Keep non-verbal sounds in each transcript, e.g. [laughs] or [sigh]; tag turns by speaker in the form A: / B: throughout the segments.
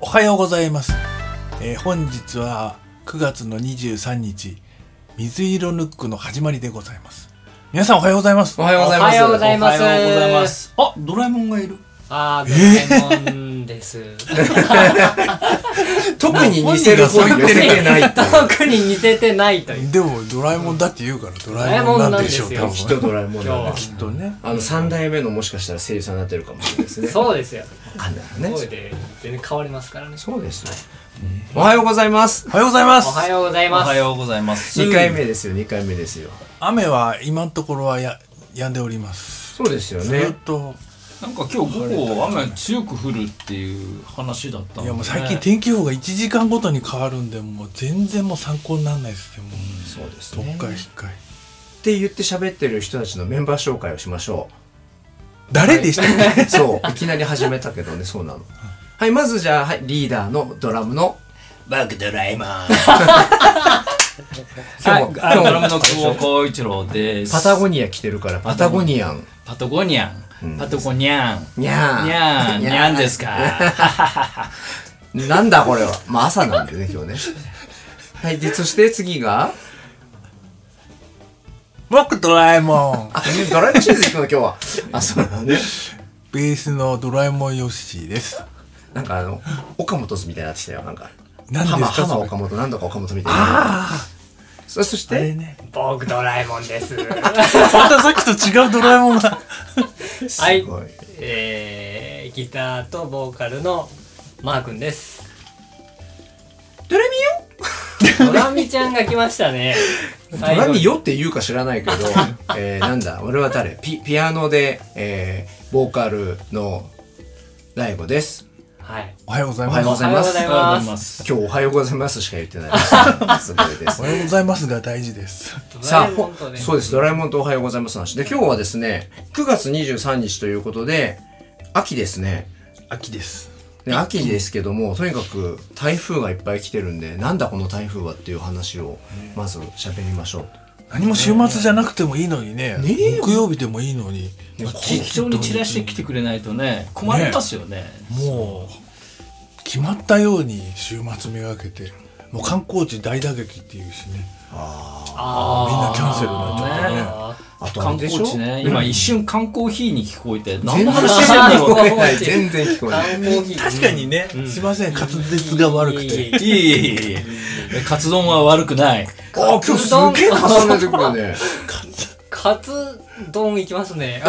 A: はようございます、えー本日は9月の23日水色ヌックの始まりでございます皆さんおはようございます
B: おはようござい
C: お
B: ます。
C: はようございます
B: おはようございますあ、ドラえもんがいる。
C: あー、ドラえもんです。
B: 特に似せる子言っててないっていう。
C: 特に似せてないという。
A: でもドラえもんだって言うからドラえもんなんでしょう
C: ド
A: 多
C: ラえもんなん
A: 分
C: です
B: き
C: よ
B: っ
A: きっと
C: 今日
B: とドラえもんだね。
A: ね
B: あの、三代目のもしかしたら声優さんになってるかもしれないですね。う。
C: そうですよ。
B: わかんないよ
C: 声
B: ね。
C: で全然変わりますからね。
B: そうですよ。おはようございます。
A: おはようございま
C: おは
A: す
C: ようござい
D: お
C: ます。
D: はようございます。
B: 2回目ですよ、2回目ですよ。
A: 雨は今のところはや止んでおります
B: そうですよ
A: ず
B: ね
A: っ。と
D: なんか今日午後雨強く降るっていう話だったんで
A: いやもう最近天気予報が1時間ごとに変わるんでもう全然もう参考にならないですねもう
B: そうです
A: どっ
B: ね。
A: か引っかい
B: って言って喋ってる人たちのメンバー紹介をしましょ
A: 誰でしたっけ
B: う。 [laughs] そう。いきなり始めたけどね、そうなの。はい、まずじゃあ、はい、リーダーのドラムの。
D: 僕ドラえもん。
B: 今日も、
D: ドラム
B: 今日
D: の久保
B: も
D: 光一郎です。
B: パタゴニア来てるから、パタゴニアン。
D: パタゴニア
B: うん
D: ン。パタゴニャン。
B: にゃー
D: ニャン。ニャンですか。
B: なんだこれは。まあ朝なんでね、今日ね。はい、で、そして次が、
A: 僕ドラえもん
B: あ、ドライブシーズン行くの今日は。あ、そうなのね。
A: ベースのドラえもんヨッシーです
B: なんかあの、岡本みたいになってきたよ、なんか。
A: 何ですか
B: 浜
A: そ
B: 浜
A: れ
B: 岡本、なんとか岡本みたいな。そそし
A: あれ
B: て、
A: ね
C: 僕ドラえもんです。
A: またさっきと違うドラえもんが
C: はい
B: すごい。
C: えー、ギターとボーカルのマー君です。
B: ドラミ
C: ド
B: よ
C: ラミちゃんが来ましたね。
B: ドラミ
C: よ
B: よって言うか知らないけど、 [laughs] えー、なんだ、俺は誰ピピアノで、えー、ボーカルの大悟です。
C: はい。
A: おはようござい
B: お
A: ま
B: はよ
A: す
B: うございま
C: おは
B: す
C: よう。ございます
D: す。
B: 今日おはようございますしか言ってな
C: [laughs]
B: いです。すごいです
A: お。はようございますが大事です
C: ド
B: さ
C: ラ
B: あ、
C: えもん
B: ほ
C: とね。
B: そうです。ドラえもんとおはようございますの話。で、今日はですね、9月23日ということで、秋ですね。
A: 秋です
B: で秋ですけども、とにかく台風がいっぱい来てるんで、なんだこの台風はっていう話を、まず喋りましょう。
A: 何も週末じゃなくてもいいのにね
B: ねえ
A: 木曜日でもいいのに
D: 適当に散らしてきてくれないとね、困りますよね。
A: もう決まったように週末めがけてもう観光地大打撃っていうしね
C: あー
A: みんなキャンセルになっちゃったね
C: あ
B: あとあ
D: 観
B: れでし
D: 光
B: ょ
D: 地ね。今一瞬観光費に聞こえて、何
B: 全
D: の
B: 然聞
D: 話してんだろう
B: こえ
C: 観
B: ない。
C: 光地
B: 全然聞こえ
C: ー
B: な
C: 観
B: い。
C: 光費
A: 確かにね、すいません滑舌が悪く
C: いえいえ
A: て
C: いえ
D: [laughs] いい [laughs] いいいいカツ丼は悪くない。
B: あ、今日すげえ重なってくるね。
C: カツ丼いきますね。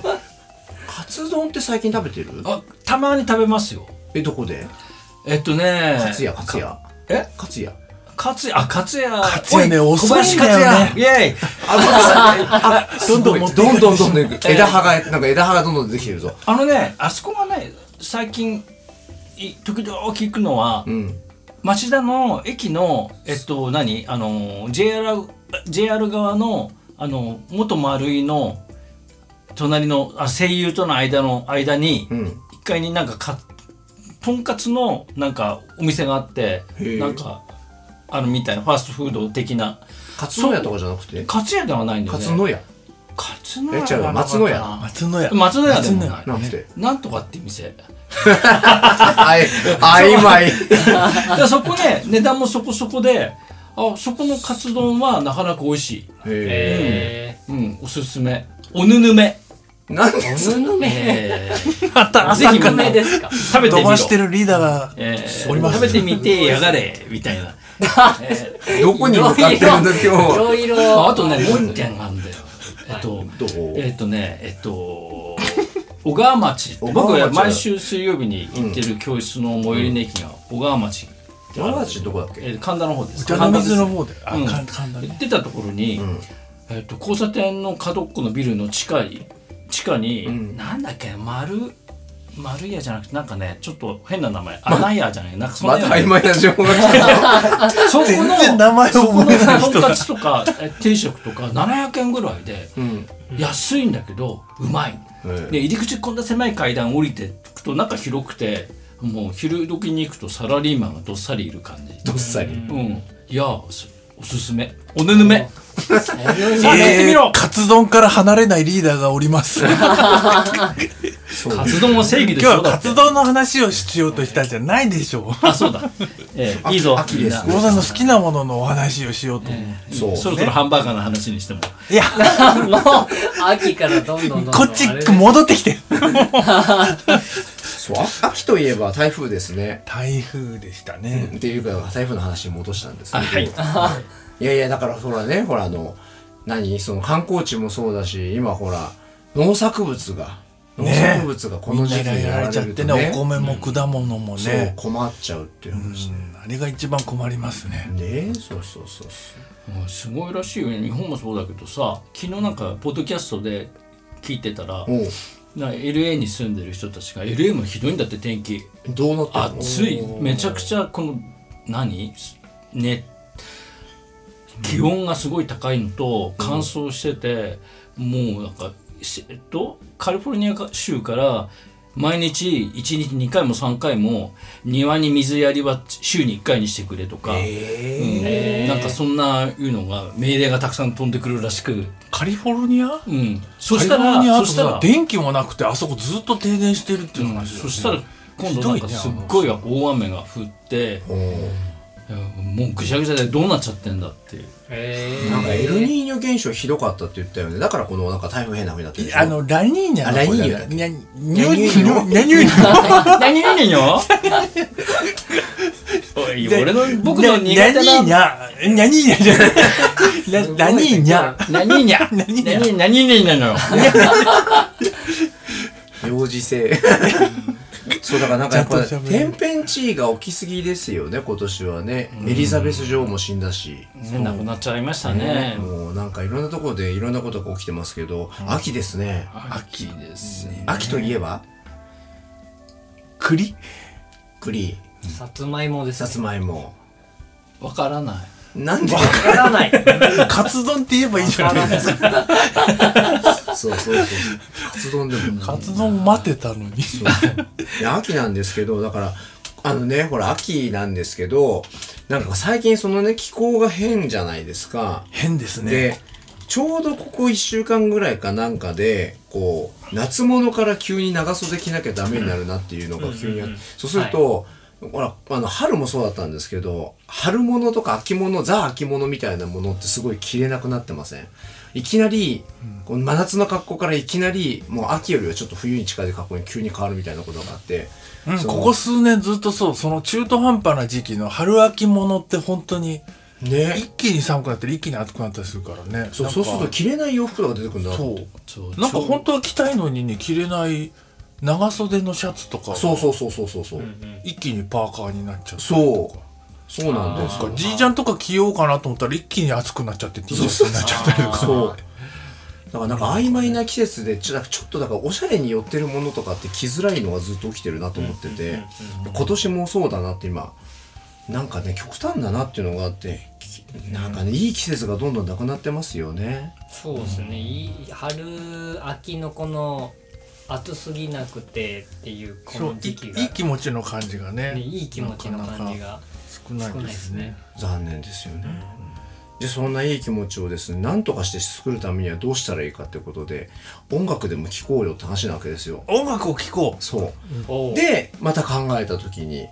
B: カツ丼って最近食べてる
D: あ、たまに食べますよ。
B: え、どこで
D: えっとね。
B: カツヤ、カツヤ。
D: え
B: カツヤ。
D: カツヤ、あ、カツヤ。カ
A: ツヤね遅いんだよね
D: イェイ
B: あ、ごめんなさいあ、
A: どんどん持
B: ど
A: っ
B: ん
A: てい
B: ど
A: く
B: んどん
D: [laughs]
B: どん行く。枝葉が、なんか枝葉がどんどんできてるぞ。
D: あのね、あそこがね、最近、い時々行くのは
B: う、ん。
D: 町田の駅の、えっと、何あの、JR、JR 側の、あの、元丸井の、隣の、あ、声優との間の、間に
B: う、ん。
D: 一階になんかか、とんかつの、なんか、お店があって
B: へえ、
D: なんか、あの、みたいな、ファーストフード的な。
B: カツ丼屋とかじゃなくて
D: カツヤではないんだよ
B: カ
D: ね。
B: ツの屋。
D: カツノヤ
B: え違う
D: はなかった
B: 松野屋
D: な
A: 松野屋
D: 松野屋で
A: 松
D: もな
B: ないんて。
D: なんとかって店
B: あい、曖昧。
D: でそこ
A: [laughs]
D: ね値段もそこそこであそこのカツ丼はなかなか美味しい
B: へ
C: え
D: うんおすすめおぬぬめ
B: ーなんで
C: ー、ぬぬめ。
D: えー
A: ま [laughs] た
D: ぜひ
A: 朝
C: ぬ
A: か
C: ぬ
A: ら
C: めですか。
D: 食べてみ
A: 飛
D: ろ
A: ばしてるリーダーが
D: えー
A: おります
D: 食べてみてやがれみたいなえー
B: どこに向かってるんだ今日
C: い
B: は。
C: ろいろ。
D: ああとねもう一点あるんだよえっと
B: どこ
D: えっとねえっと小川町って僕
B: 小川
D: は
B: 町
D: 毎週水曜日に行ってる教室の最寄りの駅が小川町
B: 山梨どこだっけ
D: えー神田の方です
A: お茶の水の
D: 神田
A: 方
D: です
A: であ、
D: うん
A: かん、簡単
D: 行
A: ね
D: ってたところに、
B: ん
D: えっと交差点の角っこのビルの地下に地下に、
B: ん
D: なんだっけ丸丸屋じゃなくてなんかねちょっと変な名前穴屋じゃないなんかそん
B: ま
D: な
B: た
D: よ
B: 曖
D: うな
B: 昧な情報が来た。
D: そこの
A: 全然名前
D: そこ
A: [laughs] 覚えない人だ
D: のとんかつとかえ定食とか700円ぐらいで
B: うん。
D: 安いんだけどうまい、
B: ええ
D: で入り口こんな狭い階段降りてくと中広くてもう昼時に行くとサラリーマンがどっさりいる感じ
B: どっさり。
D: うんいやすおすすめおぬぬめ
C: ぬぬめ
D: さあやってみろ
A: カツ丼から離れないリーダーがおります。
B: そう
D: 活動も正義で
A: 今
D: し
A: 日は
D: ょだって
A: 活動の話をしようとしたんじゃないでしょう。
D: あそうだ、ええ、いいぞ
B: 秋です
D: み
A: 久保
D: んな
A: さんの好きなもののお話をしようと思う。
B: そう
D: そろそろハンバーガーの話にしても
A: いや、
C: もう秋からどんどんどんどん
A: こっち
C: あれです
A: 戻ってきて。
B: そうあ秋といえば台風ですね
A: 台風でした
B: うん
A: ね。
B: っていうか台風の話に戻したんですけ
D: あ
B: ど、
D: はい
B: いやいやだからほらねほらあの何その観光地もそうだし今ほら農作物が農
A: ね
B: 作物がこ
A: み
B: の
A: ん
B: 時
A: な
B: 期
A: が
B: に
A: や
B: や
A: ら
B: ら
A: れちゃ
B: れ
A: っ
B: る
A: て
B: と
A: ね、
B: ね
A: お米も果物も
B: そう
A: ね。
B: 困っちゃうっていう話ね、
A: あれが一番困りますね。
B: ねそうそうそうそ
D: うんすごいらしいよね日本もそうだけどさ昨日なんかポッドキャストで聞いてたら
B: うもう
D: な LA に住んでる人たちが LA もひどいんだって天気
B: どうなってんの
D: 暑いめちゃくちゃこの何ね気温がすごい高いのと乾燥してて、もうなんかしえっとカリフォルニア州から毎日1日2回も3回も庭に水やりは週に1回にしてくれとか、
B: えー
D: うん、なんかそんないうのが命令がたくさん飛んでくるらしく、
A: カリフォルニア
D: うん、そした
A: カリフォ
D: ら
A: ルニアあ
D: そ
A: と
D: したら
A: さ、電気もなくて、あそこずっと停電してるっていう
D: うん
A: 話だよね
D: そしたら今度なんかすっごい大雨が降って、
B: うん
D: うんもうぐちゃぐちゃでどうなっちゃってんだっていう
C: えー
B: なんかエルニーニョ現象ひどかったって言ったよねだからこのなんか台風変な風になってるでしょ
A: あの、ラニーニャ
B: あラニーニャだっけ
A: ニャニ
B: ャニーニャ
A: ャニャニャ
D: 何何よおい俺の僕の苦手
A: ニャニ
D: な
A: ーニャニャニーニャじゃないなラニーニャ
D: 何にゃ何にゃ何にゃなのよ
B: 幼児 [laughs] 性そうだからなんかやっぱ
A: ちゃんと喋れ
B: 天
A: る
B: 変地異が起きすぎですよね今年はねエリザベス女王も死んだし、
D: ねなくなっちゃいましたね
B: もうなんかいろんなところでいろんなことが起きてますけど、秋ですね
D: 秋ですね
B: 秋といえば
A: 栗
B: 栗
C: さつまいもです
B: さ
C: ね
B: つまいも
D: わからない
B: なんで
C: わからない
A: カツ丼って言えばいいじゃないですか
B: そうそうそうカツ丼で
A: [laughs]
B: も
A: カツ丼待ってたのに
B: いや秋なんですけどだからあのねほら秋なんですけどなんか最近そのね気候が変じゃないですか
A: 変ですね
B: でちょうどここ1週間ぐらいかなんかでこう夏物から急に長袖着なきゃダメになるなっていうのが急にあって、
C: うんうんうん
B: そうすると、ほらあの春もそうだったんですけど春物とか秋物ザ秋物みたいなものってすごい着れなくなってませんいきなり、この真夏の格好からいきなりもう秋よりはちょっと冬に近い格好に急に変わるみたいなことがあって、
A: うん
B: その
A: ここ数年ずっとそうその中途半端な時期の春秋物って本当に
B: ね
A: 一気に寒くなったり一気に暑くなったりするからね
B: そう
A: なんか
B: そうすると着れない洋服とか出てくるんだなと
A: そう
D: そう
A: なんか本当は着たいのにね着れない長袖のシャツとか
B: そうそうそうそうそうそう、
A: 一気にパーカーになっちゃう
B: そうそうなんです
A: なんかじいちゃんとか着ようかなと思ったら一気に暑くなっちゃって T シャツになっちゃったりとか
B: そう。だからなんか曖昧な季節でちょちょっとだからおしゃれに寄ってるものとかって着づらいのがずっと起きてるなと思ってて今年もそうだなって今なんかね極端だなっていうのがあってきなんかねいい季節がどんどんなくなってますよね。
C: そうですねいい春秋のこの暑すぎなくてっていうこ
A: そう
C: の時期が
A: いい気持ちの感じがね
C: ねいい気持ちの感じ
A: なかなか
C: が
A: 少ない
C: 少ない
A: で
C: ですす
A: ね
C: ね
B: 残念ですよね。でそんないい気持ちをですねなんとかして作るためにはどうしたらいいかってことで音楽でも聴こうよって話なわけですよ。
A: 音楽を聴こ
B: そう
C: おう
B: でまた考えた時に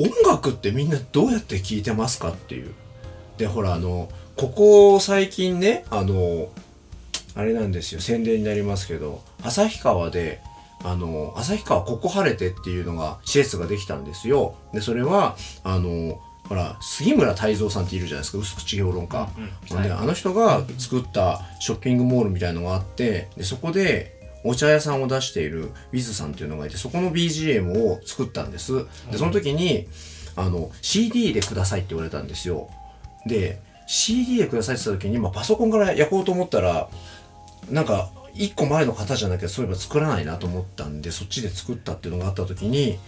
B: 音楽ってみんなどうやって聴いてますかっていうでほらあのここ最近ねあのあれなんですよ宣伝になりますけど旭川であの旭川ここ晴れてっていうのが施設ができたんですよでそれはあのほら杉村太蔵さんっているじゃないですか薄口評論家、
C: うんうん
B: で
C: は
B: あの人が作ったショッピングモールみたいのがあってでそこでお茶屋さんを出しているウィズさんっていうのがいてそこの BGM を作ったんですでその時にあの CD でくださいって言われたんですよで CD でくださいって言った時に、まあ、パソコンから焼こうと思ったらなんか一個前の方じゃなきゃそういえば作らないなと思ったんでそっちで作ったっていうのがあった時に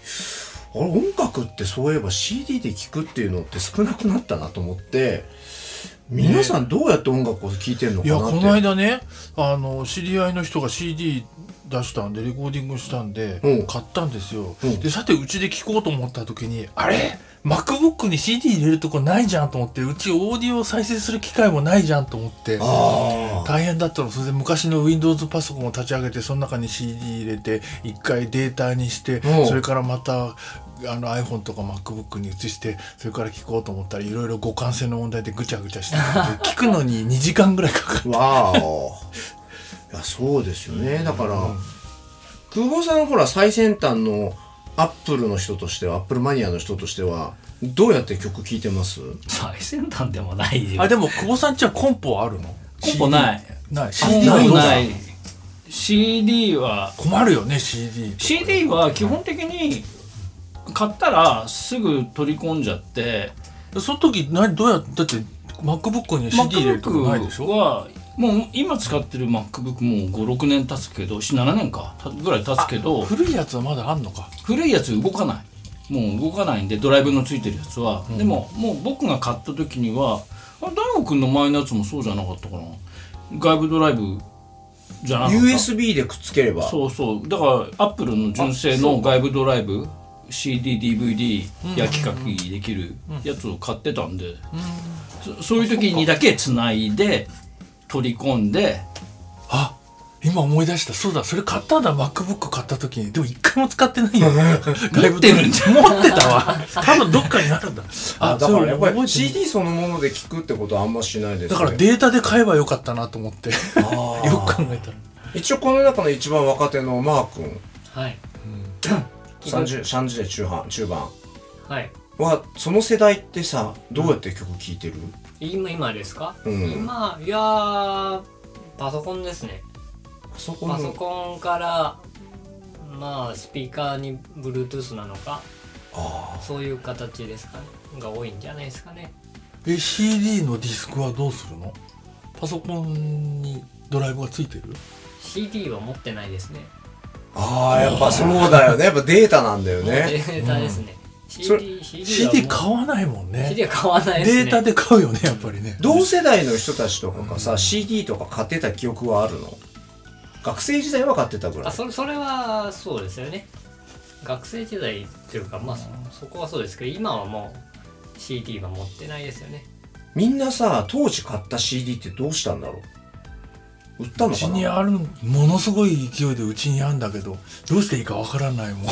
B: あれ音楽ってそういえば CD で聴くっていうのって少なくなったなと思って皆さんどうやって音楽を聴いてんの
A: うい
B: か
A: や
B: なっ
A: こ
B: て、
A: の間ねあの知り合いの人が CD 出したんでレコーディングしたんで
B: うん
A: 買ったんですよ
B: うん
A: でさてうちで聴こうと思った時にあれ MacBook に CD 入れるとこないじゃんと思ってうちオーディオを再生する機会もないじゃんと思って
B: あ
A: 大変だったのそれで昔の Windows パソコンを立ち上げてその中に CD 入れて一回データにして
B: うん
A: それからまたあの iPhone とか MacBook に移してそれから聞こうと思ったらいろいろ互換性の問題でぐちゃぐちゃしてた
B: [laughs]
A: んで聞くのに2時間ぐらいかかる
B: あわーおいやそうですよねだから、久保さんほら最先端のアップルの人としてはアップルマニアの人としてはどうやって曲聴いてます
D: 最先端でもないよ
A: あでも久保さんちはコンポあるの
D: コンポない
A: ない
D: コ
A: CD
D: ン
A: はど
D: ポ
A: うだ
D: ない CD は
A: 困るよね CD
D: CD は基本的に買ったらすぐ取り込んじゃって
A: その時何どうやってだって MacBook に CD 入れるとこないでし
D: MacBook
A: ょ
D: はもう今使ってる MacBook も56年経つけど7年かたぐらい経つけど
A: 古いやつはまだあんのか
D: 古いやつ動かないもう動かないんでドライブのついてるやつは、でももう僕が買った時にはあ大悟君の前のやつもそうじゃなかったかな外部ドライブじゃなかった
B: USB でくっつければ
D: そうそうだからアップルの純正の外部ドライブ CDDVD 焼き書きできるやつを買ってたんで、そそういう時にだけつないで取り込んで
A: あ今思い出したそうだそれ買ったんだ MacBook 買った時にでも一回も使ってないよ
D: 持ってるんじゃん
A: 持ってたわ多分どっかにあるんだ
B: あだからやっぱり
A: そう覚えて
B: CD そのもので聴くってことはあんましないです
A: るだからデータで買えばよかったなと思ってよ
B: ー
A: く考えたら
B: 一応この中の一番若手のマー君
C: はい、
B: 30 30代中半中盤
C: はい
B: はその世代ってさどうやって曲聴いてる、
C: 今今ですか、
B: うん
C: 今いやーパソコンですね
B: パソコン
C: パソ
B: の
C: コンからまあスピーカーに Bluetooth なのか
B: あ
C: そういう形ですかねが多いんじゃないですかね
A: [laughs] え CD のディスクはどうするのパソコンにドライブがついてる
C: CD は持ってないですね
B: あーやっぱそうだよねやっぱデータなんだよ
C: デ
B: ね
C: ータですね、
B: それ
C: CD, CD, は
A: CD
C: も
A: 買わないもん
C: う
A: ね
C: CD は買わないですね
A: データで買うよねやっぱりね
B: 同世代の人たちとかがさ、CD とか買ってた記憶はあるの学生時代は買ってたぐら
C: あ
B: い
C: それそれはそうですよね学生時代っていうかまあそそこはそうですけど今はもう CD は持ってないですよね
B: みんなさ当時買った CD ってどうしたんだろう売った
A: う
B: の
A: ち
B: か
A: に
B: な
A: あるものすごい勢いでうちにあるんだけどどうしていいかわからないも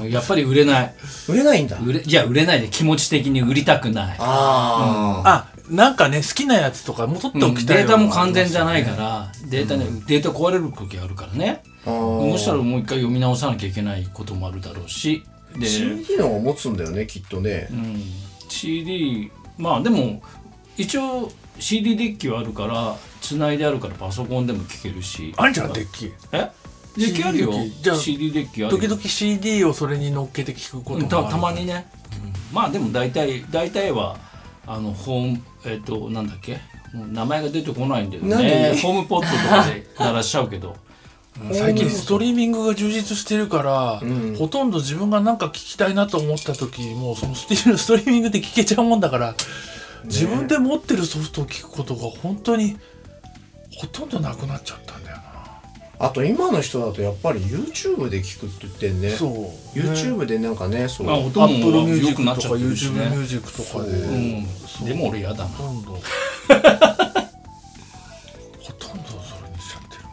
A: ん
D: うんやっぱり売れない
B: 売れないんだ
D: 売れいや売れないで気持ち的に売りたくない
B: あー、
A: あなんかね好きなやつとかも取っておきたい
D: デー
A: よ
D: タも完全じゃないから、データね、データ壊れる時あるからね
B: あー
D: もしたらもう一回読み直さなきゃいけないこともあるだろうしで、
B: CD の方が持つんだよねきっとね
D: うん CD まあでも一応 CD デッキはあるからつないであるからパソコンでも聴けるし
A: あんじゃんデッキ
D: えデッキあるよ
A: CD デッキじゃあ
D: CD デッキあるよ
A: 時々 CD をそれに乗っけて聞くこともあ
D: うん
A: る
D: たたまにね、まあでも大体大体はあのホームえっ、となんだっけもう名前が出てこないんだよね
B: 何
D: ホームポットとかで鳴らしちゃうけど
A: 最近ストリーミングが充実してるから、
B: うん
A: ほとんど自分がなんか聞きたいなと思った時もうそのスティールス [laughs] トリーミングで聞けちゃうもんだから自分で持ってるソフトを聞くことが本当にほとんどなくなっちゃったんだよな、
B: あと今の人だとやっぱり YouTube で聞くって言ってんね
A: そう
B: YouTube でなんかねそう、
D: まあ音
A: アップル
D: も
A: ミュージッ
D: 良
A: ク
D: く
A: と
D: なっちゃ
A: か
D: ってるし
A: YouTube ミュ
D: ね
A: ージックとかで、
B: そう
D: うん、でも俺嫌だな
A: ほとんどほとんどそれにしちゃってる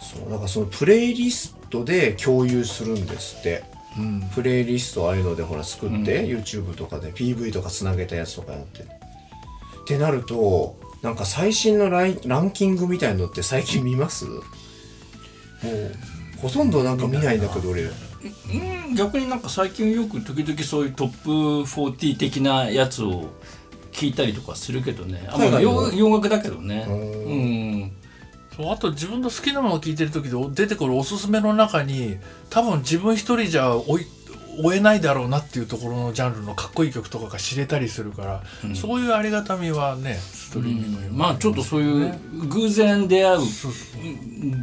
B: そうなんかそのプレイリストで共有するんですって
A: もん、うん、
B: プレイリストああいうのでほら作って、YouTube とかで PV とかつなげたやつとかやってってなるとなんか最新のラインランキングみたいのって最近見ますもうほとんどなんか見ないんだけど俺
D: うん逆になんか最近よく時々そういうトップ40的なやつを聞いたりとかするけどねあ
B: 海
D: まあ
B: 外の
D: 洋洋楽だけどね
B: う
D: うん
A: そうあと自分の好きなものを聞いてる時でお出てくるおすすめの中に多分自分一人じゃ追い追えないだろうなっていうところのジャンルのかっこいい曲とかが知れたりするから、
D: うん
A: そういうありがたみはねストリーミングには
D: まあちょっとそういう
A: ね
D: 偶然出会う
A: そうそう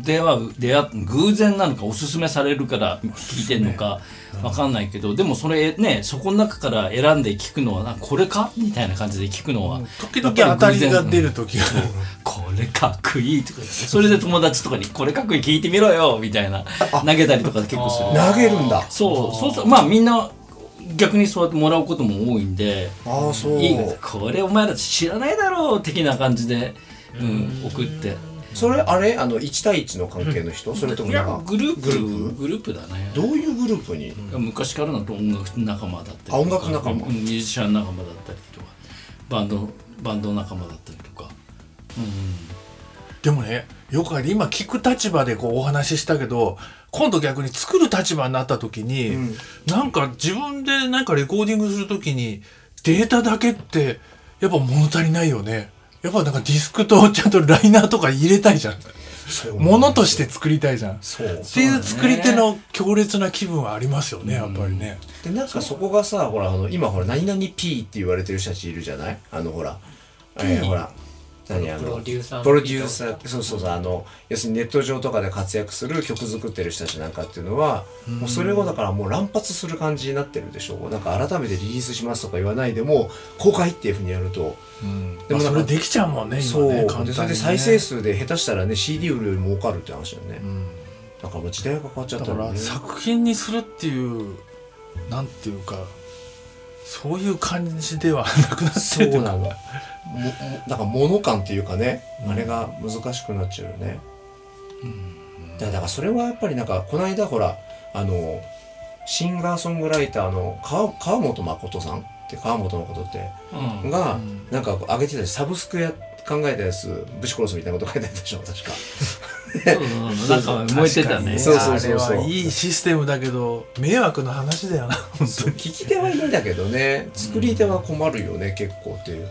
D: 出会う出会う偶然なのかおすすめされるから聞いてんのかわかんないけどでもそれねそこの中から選んで聞くのはなこれかみたいな感じで聞くのは
A: 時々当たりが出る時がある
D: これかっこいいとかそれで友達とかにこれかっこいい聞いてみろよみたいな投げたりとか結構する
C: あ
B: 投げるんだ
D: そうそうそうまあみんな逆にそうやってもらうことも多いんで
B: ああ
D: 「
B: そう
D: いいこれお前ら知らないだろう」的な感じで、うん、送って
B: それあれあの1対1の関係の人、それとも
D: い
B: な
D: や
B: んか
D: グループ
B: グループ
D: グループだね
B: どういうグループに、
D: 昔からの音楽仲間だったりとか
B: あ音楽仲間
D: うんミュージシャン仲間だったりとかバンドバンド仲間だったりとか、うん、
A: でもねよくある今聞く立場でこうお話ししたけど今度逆に作る立場になった時に、
B: うん
A: なんか自分でなんかレコーディングする時にデータだけってやっぱ物足りないよねやっぱなんかディスクとちゃんとライナーとか入れたいじゃん
B: そう
A: 物として作りたいじゃんっ
B: そう
A: ていう作り手の強烈な気分はありますよねやっぱりね、
B: でなんかそこがさほらあの今ほら何々 P って言われてる人たちいるじゃないあのほら、えーほら何あの
C: プロデューサーの
B: プロデューサーってそうそうそうあの要するにネット上とかで活躍する曲作ってる人たちなんかっていうのはもうそれをだからもう乱発する感じになってるでしょなんか改めてリリースしますとか言わないでも公開っていうふうにやると
A: でも
B: でもなん
A: そ
B: か
A: れできちゃうもんね
B: そ
A: 今
B: う
A: ね簡単に、ね、
B: でそれで再生数で下手したらね CD 売るより儲かるって話だよね、
A: ん
B: なんかもう時代が変わっちゃっ
A: だ
B: た
A: か
B: もん
A: ら
B: ね
A: 作品にするっていうなんていうかそういう感じではなくなってる
B: そうなの。ももなんか物感っていうかね、あれが難しくなっちゃうよね。だだからそれはやっぱりなんかこの間ほらあのシンガーソングライターの川川本誠さんって川本誠って
D: うん、
B: が、
A: うん
B: なんか上げてたしサブスクや考えたやつぶち殺すみたいなこと書いてあったでしょ確か。
D: そうそうそうなんか燃えてたね
B: そうそうそうそ
A: あ
B: う
A: れはいいシステムだけど迷惑の話だよ
B: [laughs]
A: な本当
B: そう聞き手はいいんだけどね作り手は困るよね結構っていう。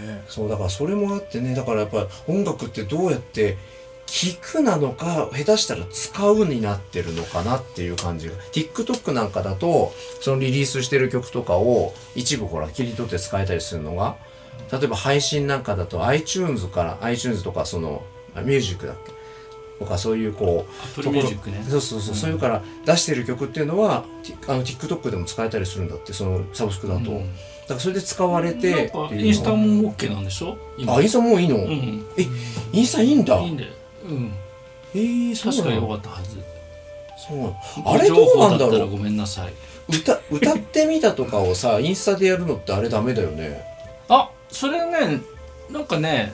A: にね
B: そうだからそれもあってねだからやっぱり音楽ってどうやって聞くなのか下手したら使うになってるのかなっていう感じが TikTok なんかだとそのリリースしてる曲とかを一部ほら切り取って使えたりするのが例えば配信なんかだと iTunes から iTunes とかそのあミュージックだっけとかそういうこう
D: アップルミュージックね
B: そうそうそう、そういうから出してる曲っていうのはティあの TikTok でも使えたりするんだってそのサブスクだと、
D: う
B: だ
D: ん
B: からそれで使われて
D: なんかインスタも OK なんでしょ今
B: あインスタもういいの、
D: うん
B: え、インスタいいんだ。
D: いいんだようん
B: えー、そう
D: 確か
B: な
D: 良
B: の。
D: かったはず
B: そうなの。あれどうなんだ
D: 情報った
B: ろ
D: ら
B: う。
D: ごめんなさい
B: 歌歌ってみたとかをさ、インスタでやるのってあれダメだよね。
D: あそれねなんかね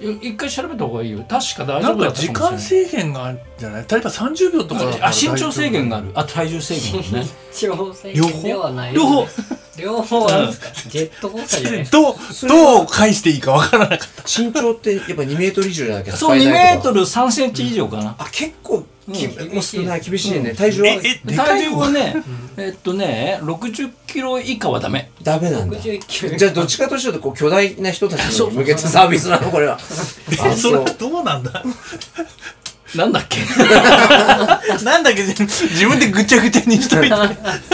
D: よ一回調べた方がいいよ確か大丈
A: なん
D: 夫だ
A: か
D: った
A: 時
D: かもしれない
A: 間制限があるんじゃない例えば30秒とかだったら
D: あ身長制限があ
A: る
D: るあ体重制限もね
C: 調整
A: 両方
C: ではない
D: 両方
C: 両方あるんですかジェットコースターじゃないですか
A: どうどう返していいかわからなかった
B: 身長ってやっぱ2メートル以上じゃなきゃ
D: そ
B: 使
D: う
B: え
D: 2
B: ないと
D: メー
B: か。
D: トル3センチ以上かな、
B: あ、結構き、
C: うん
B: もう少ない厳しいね。体重は
A: ええでかい
D: 体重はねえっとね60キロ以下はダメ
B: ダメなんだ。
C: 61キロ
B: じゃあどっちかとしてとこう巨大な人たちに向けたサービスなのこれ
D: [laughs]
B: は。あ
A: えそれ
B: そう
A: はどうなんだ
D: なんだっ
A: [laughs]
D: け
A: なんだっけ自分でぐちゃぐちゃにしといて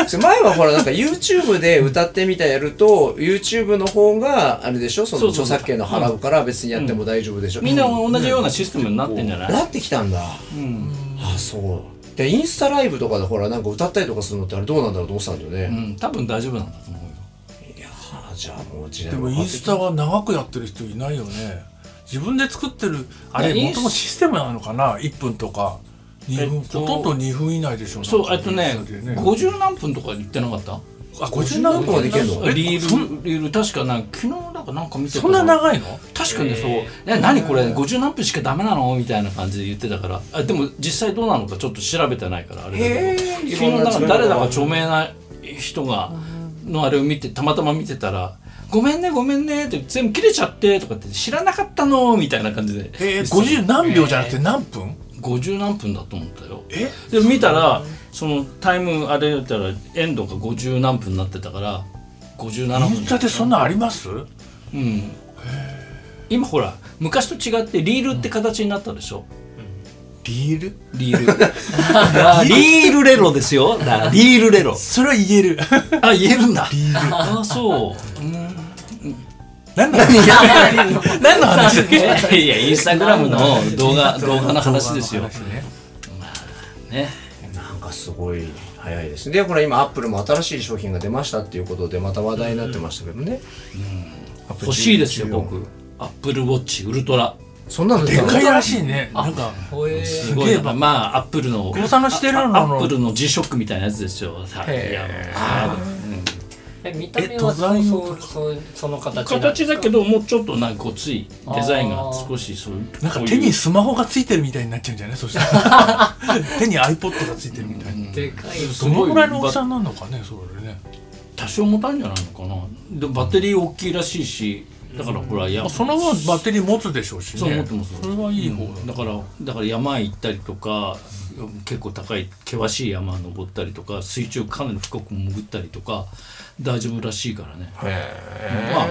B: それ前はほらなんか YouTube で歌ってみたやると YouTube の方があれでしょその
D: そうそうそ
B: 著
D: う
B: 作権の払うから別にやっても大丈夫でしょ、
D: みんな同じようなシステムになってんじゃない、
B: なってきたんだ
D: うん
B: あそうでインスタライブとかでほらなんか歌ったりとかするのってあれどうなんだろうと思ってたんだよ
D: う
B: ね、
D: ん、多分大丈夫なんだと思うよ
B: いやーじゃあもう時代
A: で
B: が
A: も
B: 変わ
A: イ
B: っ
A: ン
B: てき
A: ス
B: た
A: タは長くやってる人いないよね自分で作ってるあれ
D: いやイ
A: も
D: ンス
A: ともシステムなのかな1分とか2分、
D: えっと
A: ほとんど2分以内でしょ
D: そう
A: な
D: え
A: ん
D: っ
A: か
D: とね
A: それで
D: 50何分とか言ってなかった
A: あ50何分
B: までいけんの
A: え
D: リ
A: そん
D: ールリール確かな昨日なんかなんか見てた
A: そんな長いの
D: 確かにそう、
C: え
D: え何これ50何分しかダメなのみたいな感じで言ってたからあでも実際どうなのかちょっと調べてないからあれ
B: へ
D: だ
B: え
D: けど昨日なんか誰だか著名な人がのあれを見てたまたま見てたら「ごめんねごめんね」って全部切れちゃってとかって知らなかったのみたいな感じで
A: えー、50何秒じゃなくて何分、
D: 50何分だと思ったよ
A: え
D: で見たらそのタイムあれだったらエンドが50何分になってたから57
A: イン
D: 分
A: スタでそんなんあります
D: うん、今ほら昔と違ってリールって形になったでしょ、
A: リール
D: リール
A: [laughs]
D: リールレロですよだからリールレロ
A: それは言え [laughs] る
D: あ言えるんだ
A: リール
D: あそううん
A: 何の話何の話だっ
D: い
A: け
D: や [laughs] いやインスタグラムの動画動画の話ですよ
A: 動画の話ね
D: ね
B: なんかすごい早いですねでこれ今アップルも新しい商品が出ましたっていうことでまた話題になってましたけどね、
D: 欲しいですよ僕アップルウォッチウルトラ
B: そんなの
A: でかいらしいねなんか
C: ほえ
D: すごいなんかまあアップルの
A: 久保さんの知ってるの
D: ああアップルの G ショックみたいなやつですよさ
A: へー
D: あ
C: え見た目はそうそうそうその形なんですか
D: 形だけどもうちょっとなんかこうついデザインが少しそういう
A: なんか
D: こういう
A: 手にスマホがついてるみたいになっちゃうんじゃないそしたら [laughs] 手に iPod がついてるみたいな
C: でかい
D: す
A: ど
D: ご
A: の
D: い
A: ぐらいの大きさになるのかねそれね
D: 多少持たんじゃないのかなでバッテリー大きいらしいしだからほらや
A: まあその分バッテリー持つでしょうしね
D: そう思ってます
A: それはいい方だ
D: だからだから山へ行ったりとか結構高い険しい山登ったりとか水中かなり深く潜ったりとか大丈夫らしいからねまあ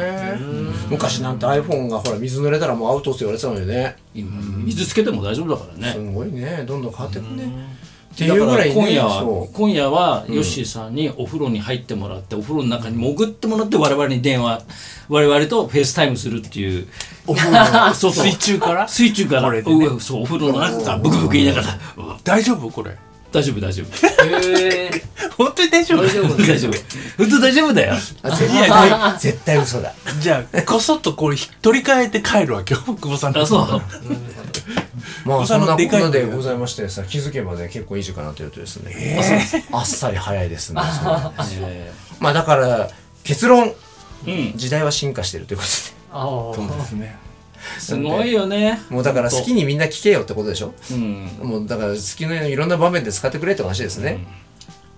B: 昔なんて iPhone がほら水濡れたらもうアウトって言われてたのよね
D: 今水つけても大丈夫だからね
B: すごいねどんどん変わってくねって
D: だ
B: いう
D: か
B: ぐら
D: ら
B: いね
D: 今夜は
B: そう
D: 今夜はヨッシーさんにお風呂に入ってもらってお風呂の中に潜ってもらって我々に電話我々とフェイスタイムするっていう
A: お風呂 [laughs] の
D: そうそう
A: 水中から
D: 水中から
A: これでね
D: おそうお風呂の中からブクブク言いながらうわ
A: 大丈夫これ
D: 大丈夫大丈夫 [laughs]
C: へ [laughs] え
A: 本当に大丈夫
C: 大丈夫
D: 大丈夫本当大丈夫だよ
B: あ絶対絶対嘘 [laughs] だ
A: [laughs] じゃあこそっとこれひ取り替えて帰るわ [laughs] けよ久保さんの
D: あそう
B: まあそんなこ
A: でかい
B: とでございましてさ気づけばね結構いい時間になってるとですね、あっさり早いです [laughs] ねそうね
D: え
B: まあだから結論
D: ーうん
B: 時代は進化してるということ
C: あ
A: そ
C: あ
A: うですね
D: すごいよね
B: でもうだから好きにみんな聞けよってことでしょ
D: うん
B: もうだから好きないろんな場面で使ってくれって話ですね、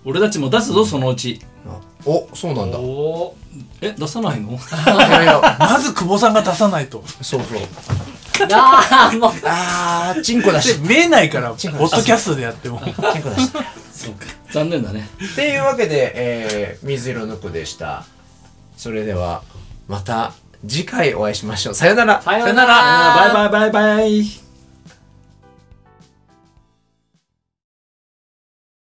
D: 俺たちも出すぞそのうち
B: あおそうなんだい
C: お
D: え出さないの
B: やいや
A: まず久保さんが出さないと
B: そうそう
C: ー [laughs] あーもう
B: あーチンコ
A: [laughs]
B: 出
A: で
B: し
A: 見えないからポッドキャストでやっても
B: たチンコ出した
D: そうか [laughs] 残念だね
B: っていうわけで、えー、水色の子でしたそれではまた次回お会いしましょうさよなら
C: さよう
D: さよならバイバイバイバイ